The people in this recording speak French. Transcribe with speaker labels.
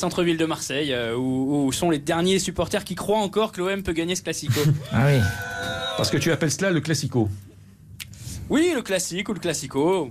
Speaker 1: centre-ville de Marseille, euh, où, où sont les derniers supporters qui croient encore que l'OM peut gagner ce classico.
Speaker 2: Ah oui.
Speaker 3: Parce que tu appelles cela le classico.
Speaker 1: Oui, le classique ou le classico.